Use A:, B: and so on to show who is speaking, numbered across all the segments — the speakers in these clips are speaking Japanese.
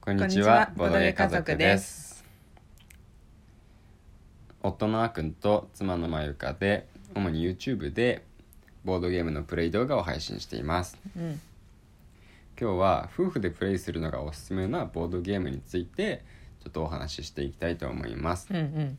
A: こん
B: こ
A: に
B: んに
A: ち
B: ち
A: は
B: は、
A: ボドゲ家族です。夫のあくんと妻のまゆかで、主に YouTube でボードゲームのプレイ動画を配信しています。
B: うん
A: 今日は夫婦でプレイするのがおすすめなボードゲームについてちょっとお話ししていきたいと思います
B: う。んうん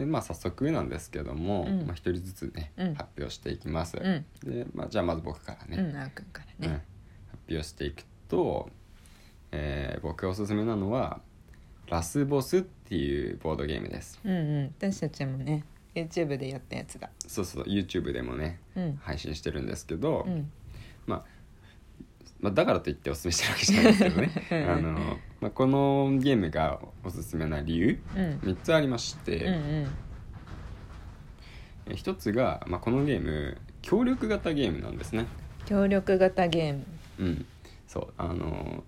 A: でまあ早速なんですけども、
B: うん
A: まあ一人ずつね、
B: うん
A: 発表していきます。
B: うん
A: で、まあじゃあまず僕からね。
B: うんあーくんから
A: うん
B: ね
A: 発表していくと、えー僕おすすめなのは「ラスボス」っていうボードゲームです
B: うんうん私たちもね YouTube でやったやつだ
A: そうそう YouTube でもね
B: うん
A: 配信してるんですけど、
B: うん
A: まあ、だからといっておすすめしてるわけじゃないですけどね
B: うん
A: あの、まあ、このゲームがおすすめな理由
B: うん
A: 3つありまし
B: うんう
A: て、
B: ん
A: え1つが、まあ、このゲーム協力型ゲームなんですね。
B: 協力型ゲーム
A: うん、そうあの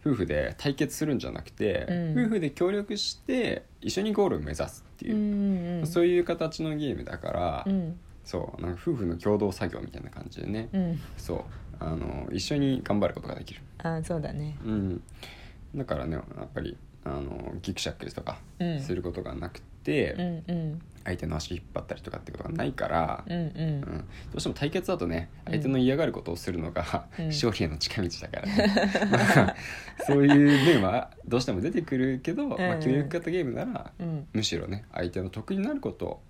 A: 夫婦で対決するんじゃなくて、
B: うん
A: 夫婦で協力して一緒にゴールを目指すっていうう、
B: んうん
A: そう
B: いう
A: いう形のゲームだから、
B: うん
A: そうなんか夫婦の共同作業みたいな感じでね、
B: うん
A: そうあの一緒に頑張ることができる、
B: あーそうだね
A: うん、だからねやっぱりあのギクシャクとか
B: うん
A: することがなくて、
B: うんうん
A: 相手の足引っ張ったりとかってことがないから、
B: うん
A: う
B: うん
A: どうしても対決だとね
B: うん
A: 相手の嫌がることをするのが、
B: うん
A: 勝利への近道だからね、 まあそういう面はどうしても出てくるけど、ま
B: う
A: あ、
B: ん
A: 協力型ゲームなら
B: んうん
A: むしろね相手の得になることを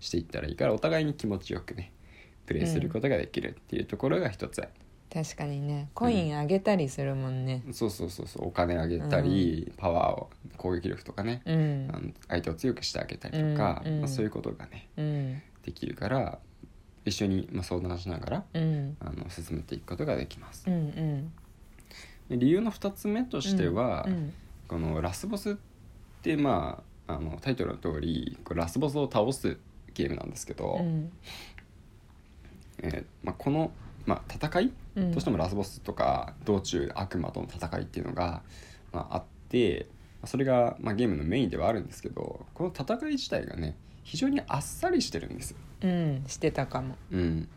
A: していったらいいからお互いに気持ちよくねプレイすることができるっていうところが一つ、
B: 確かにねコインあげたりするもんね
A: そうそうそうそうお金あげたり、パワーを攻撃力とかね、
B: うん
A: あの相手を強くしてあげたりとか、
B: うんうん
A: まあ、そういうことがね
B: うん
A: できるから一緒に、まあ、相談しながら
B: うん
A: あの進めていくことができます
B: うんう。ん
A: で理由の2つ目としては、
B: うん
A: このラスボスってまああのタイトルの通りこれラスボスを倒すゲームなんですけど、
B: うん
A: えーまあ、この、まあ、戦い、
B: うん
A: どうしてもラスボスとか道中悪魔との戦いっていうのが、まあ、あってまあそれが、まあ、ゲームのメインではあるんですけどこの戦い自体がね非常にあっさりしてるんです。
B: うんしてたかも
A: うん、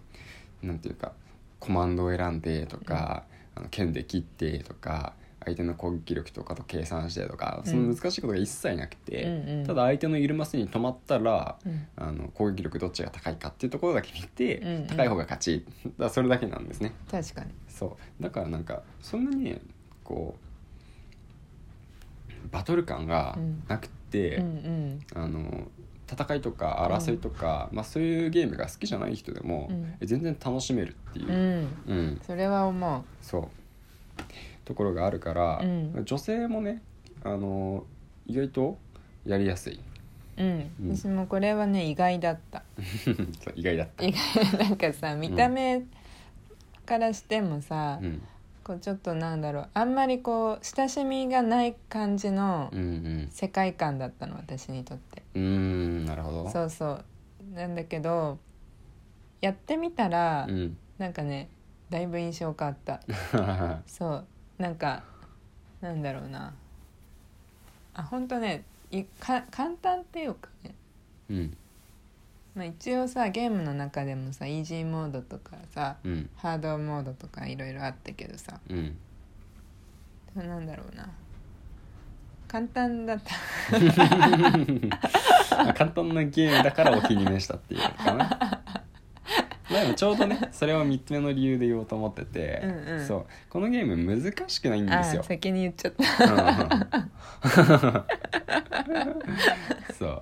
A: なんていうかコマンドを選んでとか、あの剣で切ってとか相手の攻撃力とかと計算してとか
B: うん
A: その難しいことが一切なくて、
B: うんうん
A: ただ相手の緩ませに止まったら
B: うん
A: あの攻撃力どっちが高いかっていうところだけ見て、
B: うんうん
A: 高い方が勝ち だからそれだけなんですね
B: 確かに
A: そうだからなんかそんなにねこうバトル感がなくて、
B: うんうん
A: あの戦いとか争いとか、まあ、そういうゲームが好きじゃない人でも、
B: うん
A: 全然楽しめるっていうう、
B: ん
A: うん
B: それは思
A: そうところがあるから、
B: うん
A: 女性もねあの意外とやりやすい
B: ううん、
A: うん
B: 私もこれはね意外だった
A: そう意外だった。
B: 意外なんかさ見た目からしてもさ、
A: うん
B: こうちょっとなんだろうあんまりこう親しみがない感じの
A: うんうん
B: 世界観だったの私にとって
A: うーんなるほど
B: そうそうなんだけどやってみたら、
A: うん
B: なんかねだいぶ印象変わったそうなんかなんだろうなあ本当ねいか簡単っていうかね、
A: うん
B: まあ、一応さゲームの中でもさイージーモードとかさ
A: うん
B: ハードモードとかいろいろあったけどさ
A: うん
B: なんだろうな簡単だった
A: まあ 簡単なゲームだからお気に召したっていうのか な。まあでもちょうどねそれを3つ目の理由で言おうと思ってて
B: うんうん
A: そうこのゲーム難しくないんで
B: あ
A: すよ
B: ー。先に言っちゃった
A: うんそう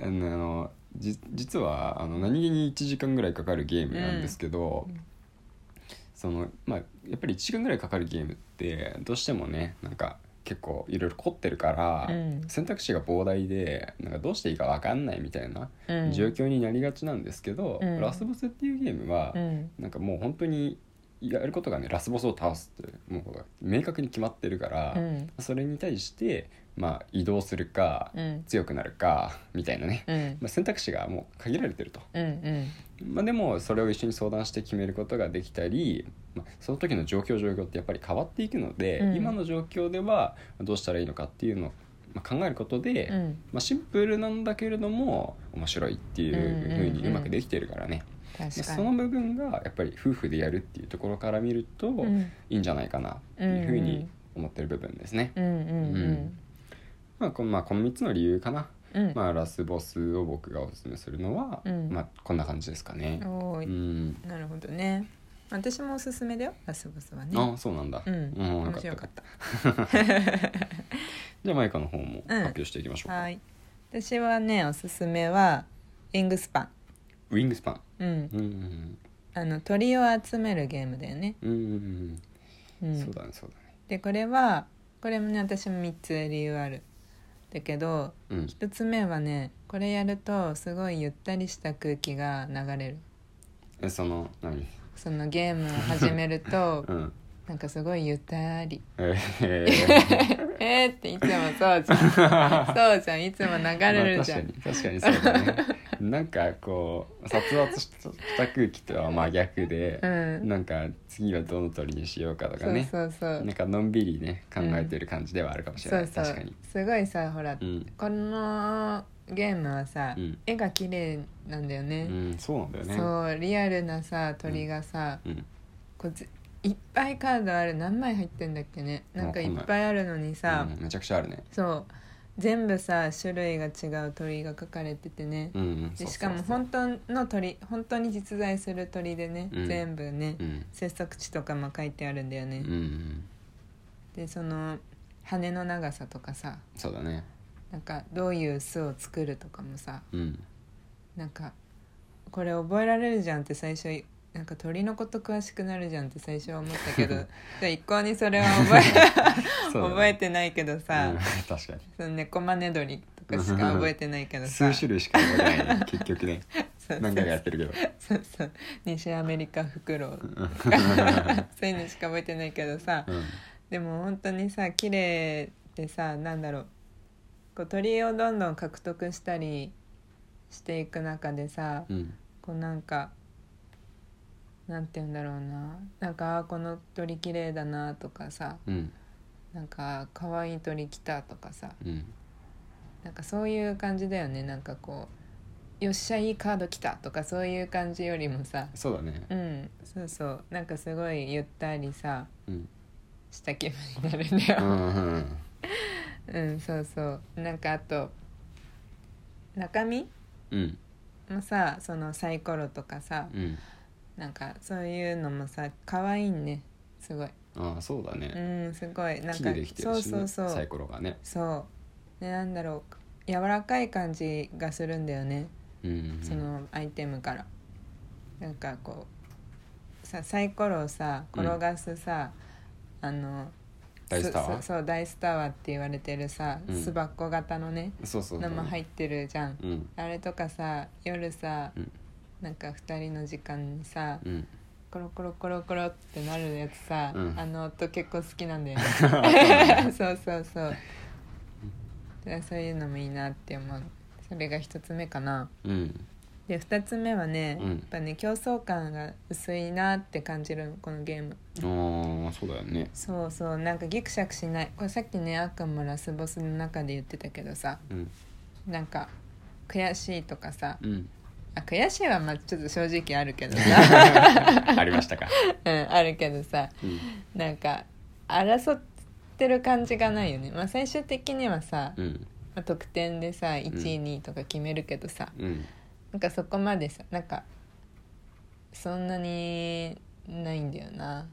A: あのあのじ実はあの何気に1時間ぐらいかかるゲームなんですけど、
B: うん
A: そのまあやっぱり1時間ぐらいかかるゲームってどうしてもねなんか結構いろいろ凝ってるから、
B: うん
A: 選択肢が膨大でなんかどうしていいか分かんないみたいな
B: うん
A: 状況になりがちなんですけど、
B: うん
A: ラスボスっていうゲームは、
B: うん
A: なんかもう本当にやることがねラスボスを倒すっていうもう明確に決まってるから、
B: うん
A: それに対して、まあ、移動するか、
B: うん
A: 強くなるかみたいなね、
B: うん
A: まあ、選択肢がもう限られてると、
B: うんうん
A: まあ、でもそれを一緒に相談して決めることができたり、まあ、その時の状況状況ってやっぱり変わっていくので、
B: うん
A: 今の状況ではどうしたらいいのかっていうのを、まあ、考えることで、
B: うん
A: まあ、シンプルなんだけれども面白いっていうふう
B: うんうん
A: に
B: う
A: うんまくできてるからね。
B: 確か
A: そ
B: に
A: の部分がやっぱり夫婦でやるっていうところから見ると
B: うん
A: いいんじゃないかなっていうふうに思ってる部分ですね、
B: うんうん
A: まあ、このまあこの3つの理由かな、
B: うんうん
A: まあ、ラスボスを僕がおすすめするのは、
B: うん
A: まあ、こんな感じですかね、う
B: おー
A: ん、
B: なるほどね私もおすすめだよラスボスはね
A: あそうなんだ、
B: うん
A: よ
B: 面
A: かった
B: 白かった
A: じゃあマイカの方も
B: うん
A: 発表していきましょうか、
B: はい私はねおすすめはウィングスパ
A: ウィングスパン
B: ンうん
A: うん
B: あの鳥を集めるゲームだよね、
A: うんうんう
B: う
A: ん
B: ん、
A: そうだねそうだね
B: でこれはこれもね私も3つ理由あるだけど
A: うん
B: 1つ目はねこれやるとすごいゆったりした空気が流れる
A: えその何
B: そのゲームを始め ると
A: うん
B: なんかすごいゆったり
A: え
B: 「え
A: ー
B: ーっていつもそう じゃんそうじゃんいつも流れるじゃん、
A: まあ確かに確かにそうだねなんかこう殺伐した空気とは真逆で、
B: うん
A: なんか次はどの鳥にしようかとかね
B: そうそうそう
A: なんかのんびりね考えてる感じではあるかもしれ
B: そ
A: ない、
B: うそう
A: 確かに
B: すごいさほら、
A: うん
B: このゲームはさ、
A: うん
B: 絵が綺麗なんだよ
A: う
B: ね、
A: んそうなんだよね
B: そうリアルなさ鳥がさ、
A: うん
B: こうずいっぱいカードある何枚入ってんだっけねなんかいっぱいあるのにさ、
A: うんめちゃくちゃあるね
B: そう全部さ種類が違う鳥が書かれててね、
A: うんうん
B: で
A: そうそうそう
B: しかも本当の鳥本当に実在する鳥でね、
A: うん
B: 全部ね、
A: うん
B: 生息地とかも書いてあるんだよね、
A: うんうん
B: でその羽の長さとかさ
A: そうだね
B: なんかどういう巣を作るとかもさ
A: うん
B: なんかこれ覚えられるじゃんって最初いなんか鳥のこと詳しくなるじゃんって最初は思った けどで一向にそれは覚え
A: そうだね
B: 覚えてないけどさ、
A: うん 確か
B: その猫マネ鳥とかしか覚えてないけど
A: に
B: さ
A: 数種類しか覚えてないね結局ね
B: そうそう
A: 何回かやってるけど
B: そうそう西アメリカフクロ ウとかそういうのしか覚えてないけどさ
A: うん
B: でも本当にさ綺麗でさなんだろうこう鳥をどんどん獲得したりしていく中でさ
A: うん
B: こうなんかなんて言うんだろうななんかあーこの鳥綺麗だなとかさ
A: うん
B: なんか可愛い鳥来たとかさ
A: うん
B: なんかそういう感じだよねなんかこうよっしゃいいカード来たとかそういう感じよりもさ
A: そうだね
B: うんそうそうなんかすごいゆったりさ
A: うん
B: した気分になるんだよ
A: う。んうん
B: うんそうそうなんかあと中身
A: うん
B: もさそのサイコロとかさ
A: うん
B: なんかそういうのもさ可愛いねすごい
A: ああそうだ
B: う
A: ね
B: んすごいなん
A: 木
B: か
A: でできて
B: そ
A: る
B: う
A: し
B: そう
A: ね
B: そ
A: サイ
B: う
A: コロがね
B: そうでなんだろう柔らかい感じがするんだよね
A: うん
B: そのアイテムからなんかこうさサイコロをさ転がすさ、あの
A: ダイスタワー
B: そそうダイスタワーって言われてるさ
A: うん
B: 巣箱型のね、
A: そうそうそう
B: のも入ってるじゃん
A: うん
B: あれとかさ夜さ、
A: うん
B: なんか2人の時間にさ、
A: うん
B: コロコロコロコロってなるやつさ、
A: うん
B: あの音結構好きなんだよ ね そうそうそうだからそういうのもいいなって思うそれが1つ目かな
A: うん
B: で2つ目はね、
A: うん
B: やっぱね競争感が薄いなって感じるこのゲーム
A: ああそうだよね
B: そうそうなんかギクシャクしないこれさっきねあっくんもラスボスの中で言ってたけどさ
A: うん
B: なんか悔しいとかさ、
A: うん
B: あ悔しいはまあちょっと正直あるけどさ、
A: ありましたか
B: うん、あるけどさ
A: うん
B: なんか争ってる感じがないよね、まあ、最終的にはさ、
A: うん
B: まあ、得点でさ1位、
A: ん
B: 2位とか決めるけどさ
A: うん
B: なんかそこまでさなんかそんなにないんだよな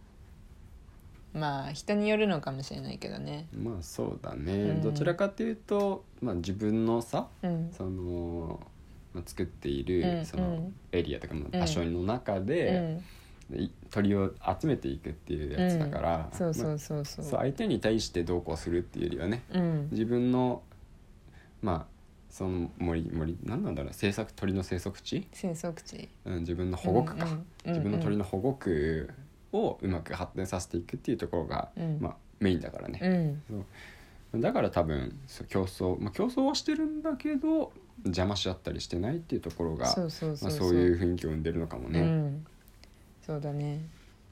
B: まあ人によるのかもしれないけどね
A: まあそうだね、
B: うん
A: どちらかというと、まあ、自分のさ
B: うん
A: その、まあ、作ってい
B: うん
A: るそ
B: うん
A: のエリアとかまあ
B: うん
A: 場所の中で、い鳥を集めていくっていうやつだから、
B: うん、そうそ
A: ま
B: うそうそ
A: あ
B: う、
A: そう相手に対してどうこうするっていうよりはね
B: うん
A: 自分のまあその森森何なんだろう生息鳥の生息地、
B: 生息地
A: うん、自分の保護区か、
B: うんうんうん
A: 自分の鳥の保護区をうまく発展させていくっていうところが、
B: うん
A: まあ、メインだからね。
B: うん
A: だから多分そう競争、まあ、競争はしてるんだけど邪魔し合ったりしてないっていうところが
B: そうそうそう
A: まあ、そういう雰囲気を生んでるのかも
B: う
A: ね。
B: ん、そうだね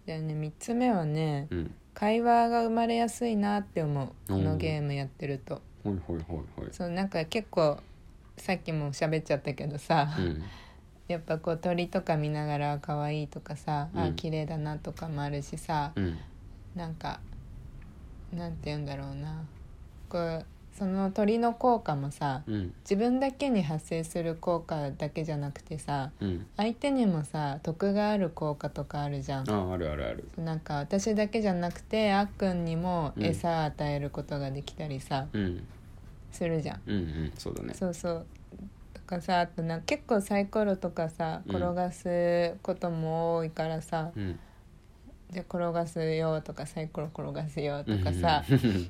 B: でね3つ目はね、
A: うん、
B: 会話が生まれやすいなって思うこ
A: う
B: の
A: ん
B: ゲームやってると
A: ほいほいほいほい。
B: そうなんか結構さっきも喋っちゃったけどさ、
A: うん、
B: やっぱこう鳥とか見ながら可愛いとかさ、あ
A: うん
B: 綺麗だなとかもあるしさ、
A: うん、
B: なんかなんて言うんだろうなこうその鳥の効果もさ
A: うん
B: 自分だけに発生する効果だけじゃなくてさ
A: うん
B: 相手にもさ得がある効果とかあるじゃん。
A: ああるあるある
B: なんか私だけじゃなくてあっくんにも
A: うん
B: 餌与えることができたりさ、
A: うん
B: するじゃん。
A: うんうんそうだね
B: そうそうとかさあとなんか結構サイコロとかさ
A: うん
B: 転がすことも多いからさ、
A: うん
B: じゃあ転がすよとかサイコロ転がすよとかさ、
A: うん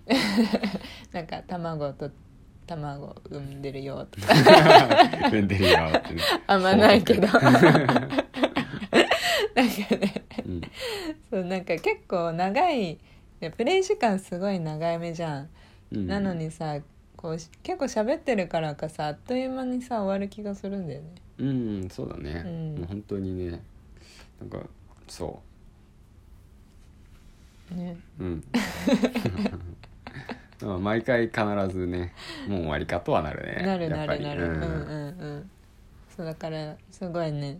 B: なんか卵と卵産んでるよとか
A: 産 んでる よってね
B: あんまない けどなんかね
A: うん
B: そうなんか結構長いねプレイ時間すごい長めじゃん、
A: うん
B: なのにさこうし結構喋ってるからかさあっという間にさ終わる気がするんだよね
A: うんそうだね、
B: うん
A: もう本当にねなんかそ
B: ね
A: う うんでも毎回必ずねもう終わりかとはなるね
B: なる
A: や
B: な
A: っぱ
B: る
A: り
B: なるうんうん
A: うん
B: うんそうだからすごいね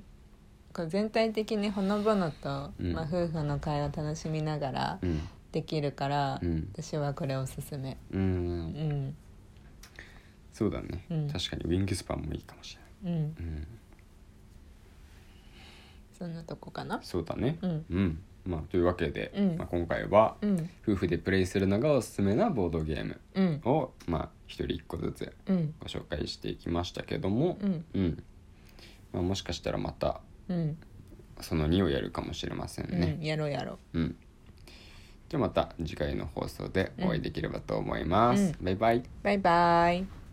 B: こう全体的にほのぼのと、
A: うん
B: まあ、夫婦の会話楽しみながら
A: うん
B: できるから、
A: うん
B: 私はこれおすすめ
A: う
B: うんん
A: そうだね、
B: うん
A: 確かにウィングスパンもいいかもしれ
B: うん
A: ない、うん、
B: そんなとこかな
A: そうだね
B: うん
A: うん、まあというわけで、
B: うん
A: まあ、今回は
B: うん
A: 夫婦でプレイするのがおすすめなボードゲーム
B: うん
A: をまあ一人一個ずつ
B: うん
A: ご紹介していきましたけども
B: うん
A: うん、まあ、もしかしたらまた
B: うん、
A: その2をやるかもしれません
B: う
A: ね
B: ん、やろうやろう
A: うん、じゃあまた次回の放送でお会いできればと思います、
B: う
A: バイバイ
B: バイバイ